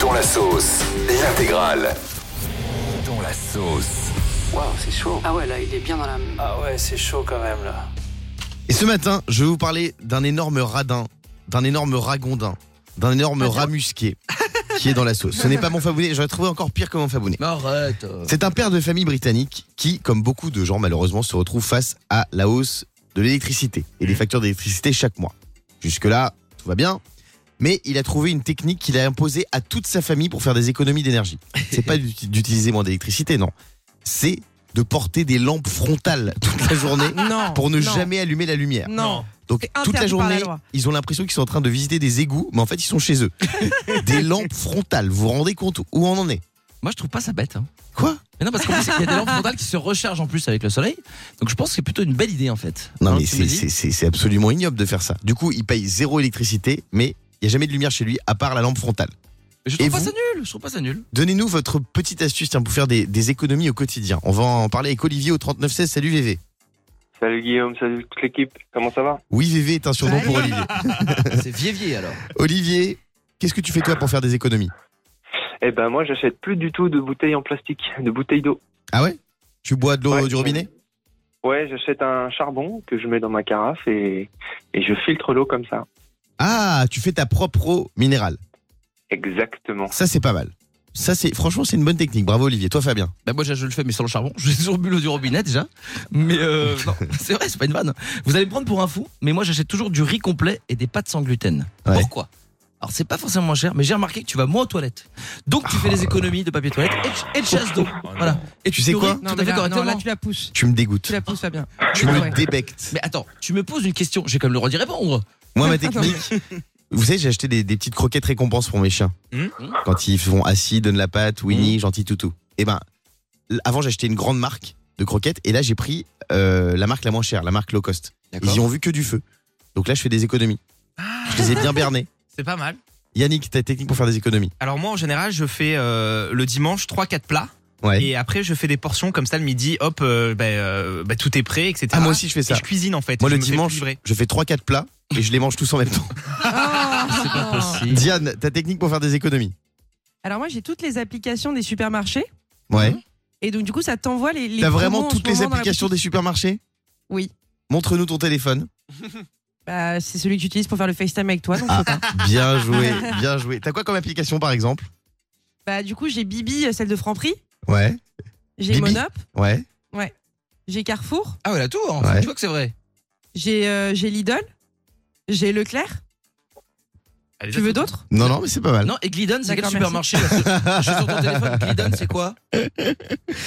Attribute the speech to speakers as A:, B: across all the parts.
A: Dont la sauce, l'intégrale.
B: Dont la sauce.
C: Waouh, c'est chaud.
D: Ah ouais, là, il est bien dans la.
C: Ah ouais, c'est chaud quand même là.
E: Et ce matin, je vais vous parler d'un énorme radin, d'un énorme ragondin, d'un énorme ramusqué qui est dans la sauce. Ce n'est pas mon fabounet, j'aurais trouvé encore pire que mon fabounet.
B: Mais arrête. euh.
E: C'est un père de famille britannique qui, comme beaucoup de gens malheureusement, se retrouve face à la hausse de l'électricité et des factures d'électricité chaque mois. Jusque-là, tout va bien. Mais il a trouvé une technique qu'il a imposée à toute sa famille pour faire des économies d'énergie. C'est pas d'ut- d'utiliser moins d'électricité, non. C'est de porter des lampes frontales toute la journée
F: Non.
E: pour ne
F: non,
E: jamais allumer la lumière.
F: Non.
E: Donc
F: C'est
E: toute la
F: interdit par la
E: journée,
F: loi.
E: ils ont l'impression qu'ils sont en train de visiter des égouts, mais en fait ils sont chez eux. des lampes frontales, vous vous rendez compte où on en est
B: Moi, je trouve pas ça bête. hein.
E: Quoi
B: Mais non, parce qu'en plus, il y a des lampes frontales qui se rechargent en plus avec le soleil. Donc, je pense que c'est plutôt une belle idée en fait.
E: Non
B: Hein,
E: mais
B: tu me
E: c'est-
B: dis
E: c'est c'est- c'est absolument ignoble de faire ça. Du coup, il paye zéro électricité, mais il n'y a jamais de lumière chez lui à part la lampe frontale.
B: Je
E: Et
B: trouve pas
E: vous
B: ça nul. Je trouve pas ça nul.
E: Donnez-nous votre petite astuce tiens, pour faire des, des économies au quotidien. On va en parler avec Olivier au 3916. Salut VV.
G: Salut Guillaume, salut toute l'équipe, comment ça va
E: Oui, VV est un surnom pour Olivier.
B: c'est vievier alors.
E: Olivier, qu'est-ce que tu fais toi pour faire des économies
G: Eh ben moi j'achète plus du tout de bouteilles en plastique, de bouteilles d'eau.
E: Ah ouais Tu bois de l'eau
G: Ouais,
E: du robinet
G: Ouais, j'achète un charbon que je mets dans ma carafe et, et je filtre l'eau comme ça.
E: Ah, tu fais ta propre eau minérale.
G: Exactement.
E: Ça, c'est pas mal. Ça, c'est franchement, c'est une bonne technique. Bravo, Olivier. Toi, Fabien.
B: Bah moi je je le fais mais sans le charbon. J'ai toujours bu l'eau du robinet déjà. Mais euh, non, c'est vrai, c'est pas une vanne. Vous allez me prendre pour un fou, mais moi j'achète toujours du riz complet et des pâtes sans gluten.
E: Ouais.
B: Pourquoi Alors c'est pas forcément moins cher, mais j'ai remarqué que tu vas moins aux toilettes. Donc tu
E: Ah.
B: fais des économies de papier toilette et, de- et de chasse d'eau. voilà. Et
E: Oh. Tu sais
B: nourris
E: quoi
B: Tout
F: Non,
B: à
F: mais
B: fait
F: là, non,
B: correctement.
F: là, tu la pousses.
E: Tu me dégoûtes.
F: Tu la pousses, Fabien.
E: Tu
F: Ah
E: me
F: ouais.
E: débectes.
B: Mais attends, tu me poses une question, j'ai quand même le droit d'y répondre.
E: Moi, ma
F: Attends.
E: technique. Vous savez, j'ai acheté des, des petites croquettes récompenses pour mes chiens.
B: Hmm.
E: Quand ils font assis, donne la patte, Winnie,
H: Hmm
E: gentil toutou. Eh ben, l- avant, j'achetais une grande marque de croquettes et là, j'ai pris euh, la marque la moins chère, la marque low cost. Ils y ont vu que du feu. Donc là, je fais des économies.
F: Ah.
E: Je les ai bien bernés.
H: C'est pas mal.
E: Yannick, ta technique pour faire des économies.
H: Alors moi en général je fais euh, le dimanche 3-4 plats
E: Ouais.
H: et après je fais des portions comme ça le midi hop euh, bah, euh, bah, tout est prêt etc.
E: Ah, moi aussi, je fais
H: Et
E: ça.
H: je cuisine en fait.
E: Moi,
H: Je
E: le
H: me fais
E: dimanche,
H: livrer.
E: je fais 3-4 plats et je les mange tous en même temps.
F: Ah.
B: C'est pas possible.
E: Diane, ta technique pour faire des économies.
F: Alors, moi, j'ai toutes les applications des supermarchés.
E: Ouais.
F: Et donc, du coup, ça t'envoie les. les
E: T'as vraiment
F: promos en ce
E: toutes les
F: moment dans la
E: applications des supermarchés
F: Oui.
E: Montre-nous ton téléphone.
F: boutique. Bah, c'est celui que j'utilise pour faire le FaceTime avec toi, donc
E: Ah.
F: faut pas.
E: Bien joué, bien joué. T'as quoi comme application par exemple
F: Bah, du coup, j'ai Bibi, euh, celle de Franprix.
E: Ouais,
F: J'ai
E: Bibi
F: Monop.
E: ouais.
F: J'ai Carrefour.
B: Ah ouais, la tour, hein.
E: Ouais.
B: tu vois que c'est vrai.
F: J'ai euh, j'ai Lidl. J'ai Leclerc.
H: Allez,
F: Tu veux d'autres
E: Non, non, mais c'est pas mal.
B: Non, et Glidden, c'est quel
F: D'accord,
B: supermarché là Je suis sur ton téléphone, Glidden, c'est quoi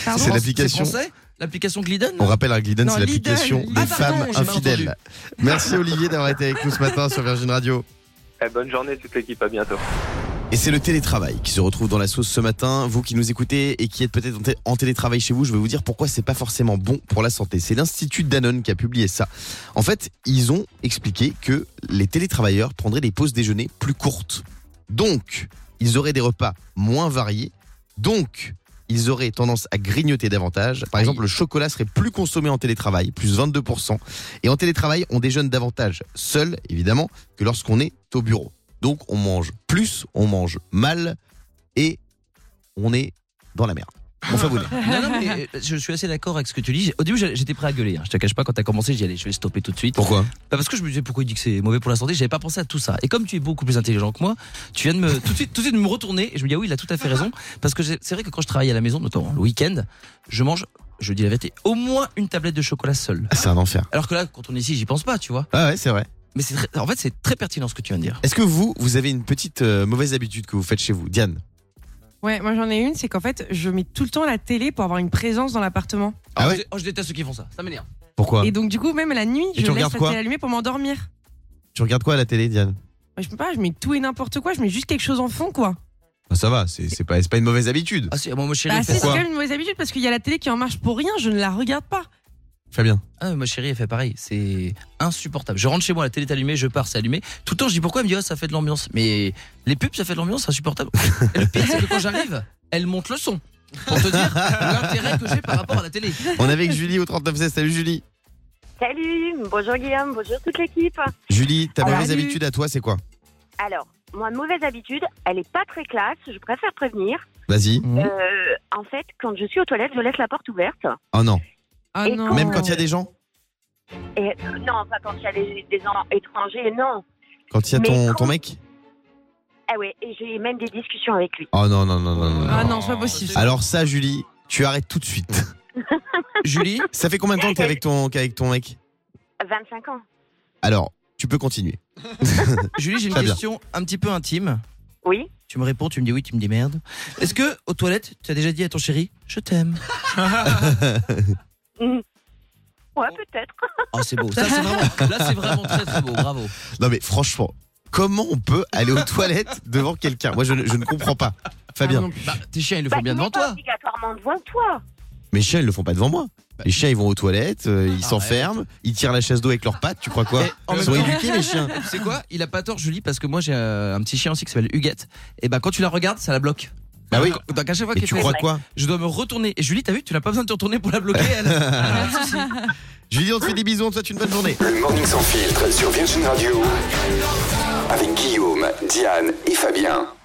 F: Pardon
E: C'est l'application.
B: C'est français L'application Glidden
E: On rappelle, hein, Glidden,
F: Non,
E: c'est
F: Lidl,
E: l'application
F: Lidl.
E: des
B: Ah, pardon,
E: femmes
B: j'ai mal
E: infidèles. Merci Olivier d'avoir été avec nous ce matin sur Virgin Radio.
G: Eh, bonne journée toute l'équipe, à bientôt.
E: Et c'est le télétravail qui se retrouve dans la sauce ce matin. Vous qui nous écoutez et qui êtes peut-être en té- en télétravail chez vous, je vais vous dire pourquoi c'est pas forcément bon pour la santé. C'est l'Institut Danone qui a publié ça. En fait, ils ont expliqué que les télétravailleurs prendraient des pauses déjeuner plus courtes. Donc, ils auraient des repas moins variés. Donc, ils auraient tendance à grignoter davantage. Par exemple, le chocolat serait plus consommé en télétravail, plus 22%. Et en télétravail, on déjeune davantage, seul évidemment, que lorsqu'on est au bureau. Donc on mange plus, on mange mal et on est dans la merde. Mon fabounet.
B: Non, non, mais euh, je suis assez d'accord avec ce que tu dis. Au début, j'a- j'étais prêt à gueuler. hein. Je te cache pas, quand t'as commencé, j'ai dit, allez, je vais stopper tout de suite.
E: Pourquoi
B: Bah, parce que je me disais, pourquoi il dit que c'est mauvais pour la santé J'avais pas pensé à tout ça. Et comme tu es beaucoup plus intelligent que moi, tu viens de me, tout de suite, tout de suite de me retourner. Et je me dis, ah oui, il a tout à fait raison. Parce que j'ai- c'est vrai que quand je travaille à la maison, notamment le week-end, je mange, je dis la vérité, au moins une tablette de chocolat seule.
E: C'est un enfer.
B: Alors que là, quand on est ici, j'y pense pas, tu vois.
E: Ah ouais, c'est vrai.
B: Mais c'est très- en fait, c'est très pertinent ce que tu viens de dire.
E: Est-ce que vous, vous avez une petite euh, mauvaise habitude que vous faites chez vous, Diane
F: Ouais, moi j'en ai une, c'est qu'en fait, je mets tout le temps la télé pour avoir une présence dans l'appartement.
E: Ah ouais
B: je, oh, je déteste ceux qui font ça. Ça m'énerve.
E: Pourquoi
F: Et donc, du coup, même la nuit,
E: Et tu
F: je
E: regardes
F: laisse la
E: quoi
F: télé allumée pour m'endormir.
E: Tu regardes quoi à la télé, Diane
F: Moi, je peux pas, je mets tout et n'importe quoi, je mets juste quelque chose en fond, quoi.
E: Bah, Ça va, c'est c'est pas, c'est pas une mauvaise habitude.
B: Ah, si, moi, ma chérie,
F: Bah,
B: elle
F: si,
B: fait
F: c'est
B: ça.
F: quand même une mauvaise habitude parce qu'il y a la télé qui est en marche pour rien, je ne la regarde pas.
E: Fabien.
B: Ah, ma chérie, elle fait pareil. C'est insupportable. Je rentre chez moi, la télé est allumée, je pars, c'est allumé. Tout le temps, je dis pourquoi Elle me dit, oh, ça fait de l'ambiance. Mais les pubs, ça fait de l'ambiance, c'est insupportable. Et le pire, c'est que quand j'arrive, elle monte le son. Pour te dire l'intérêt que j'ai par rapport à la télé.
E: On est avec Julie au 3916. Salut Julie.
I: Salut, bonjour Guillaume, bonjour toute l'équipe.
E: Julie, ta
F: Ah,
E: mauvaise
F: salut.
E: habitude à toi, c'est quoi
I: Alors,
D: moi, mauvaise habitude, elle est pas très classe, je préfère prévenir.
E: Vas-y.
B: Mmh.
D: Euh, en fait, quand je suis aux toilettes, je laisse la porte ouverte.
E: Oh non.
F: Ah
D: Et
F: non.
D: quand-
E: Même quand il y a des gens
D: Et euh, non, pas quand il y a des, des gens étrangers, non.
E: Quand il y a
D: Mais
E: ton,
D: quand-
E: ton mec
D: Ah ouais, et j'ai même des discussions avec lui.
E: Oh non, non, non, non, non.
F: Ah non, c'est pas possible. ça.
E: Alors ça, Julie, tu arrêtes tout de suite.
B: Julie
E: Ça fait combien de temps que t'es avec ton, qu'avec ton mec
D: 25 ans.
E: Alors, tu peux continuer.
B: Julie, j'ai une
E: Très bien.
B: question un petit peu intime.
D: Oui.
B: Tu me réponds, tu me dis oui, tu me dis merde. Est-ce que aux toilettes, tu as déjà dit à ton chéri, je t'aime
D: Ouais, peut-être.
B: Oh, c'est beau. Ça, c'est vraiment, là, c'est vraiment très très beau. Bravo.
E: Non mais franchement, comment on peut aller aux toilettes devant quelqu'un Moi, je, ne- je ne comprends pas.
F: Ah
E: Fabien,
F: non plus.
B: Bah, tes chiens, ils le font
D: Bah,
B: bien
D: il
B: devant
D: n'est pas
B: toi.
D: Obligatoirement devant toi.
E: mes chiens, ils le font pas devant moi. Les chiens, ils vont aux toilettes, euh, ils
B: Ah,
E: s'enferment, ils tirent la chasse d'eau avec leurs pattes, tu crois quoi
B: Et en
E: Ils
B: même
E: sont
B: temps-
E: éduqués, mes chiens.
B: C'est quoi Il a pas tort, Julie, parce que moi j'ai euh, un petit chien aussi qui s'appelle Huguette. Et bah quand tu la regardes, ça la bloque.
E: Bah oui.
B: Donc à chaque fois
E: Et
B: qu'elle
E: tu
B: fait
E: crois
B: ça,
E: quoi
B: je dois me retourner. Et Julie, t'as vu, tu n'as pas besoin de te retourner pour la bloquer. Elle.
E: Julie, on te fait des bisous, on te souhaite une bonne journée.
A: Le Morning Sans Filtre sur Virgin Radio avec Guillaume, Diane et Fabien.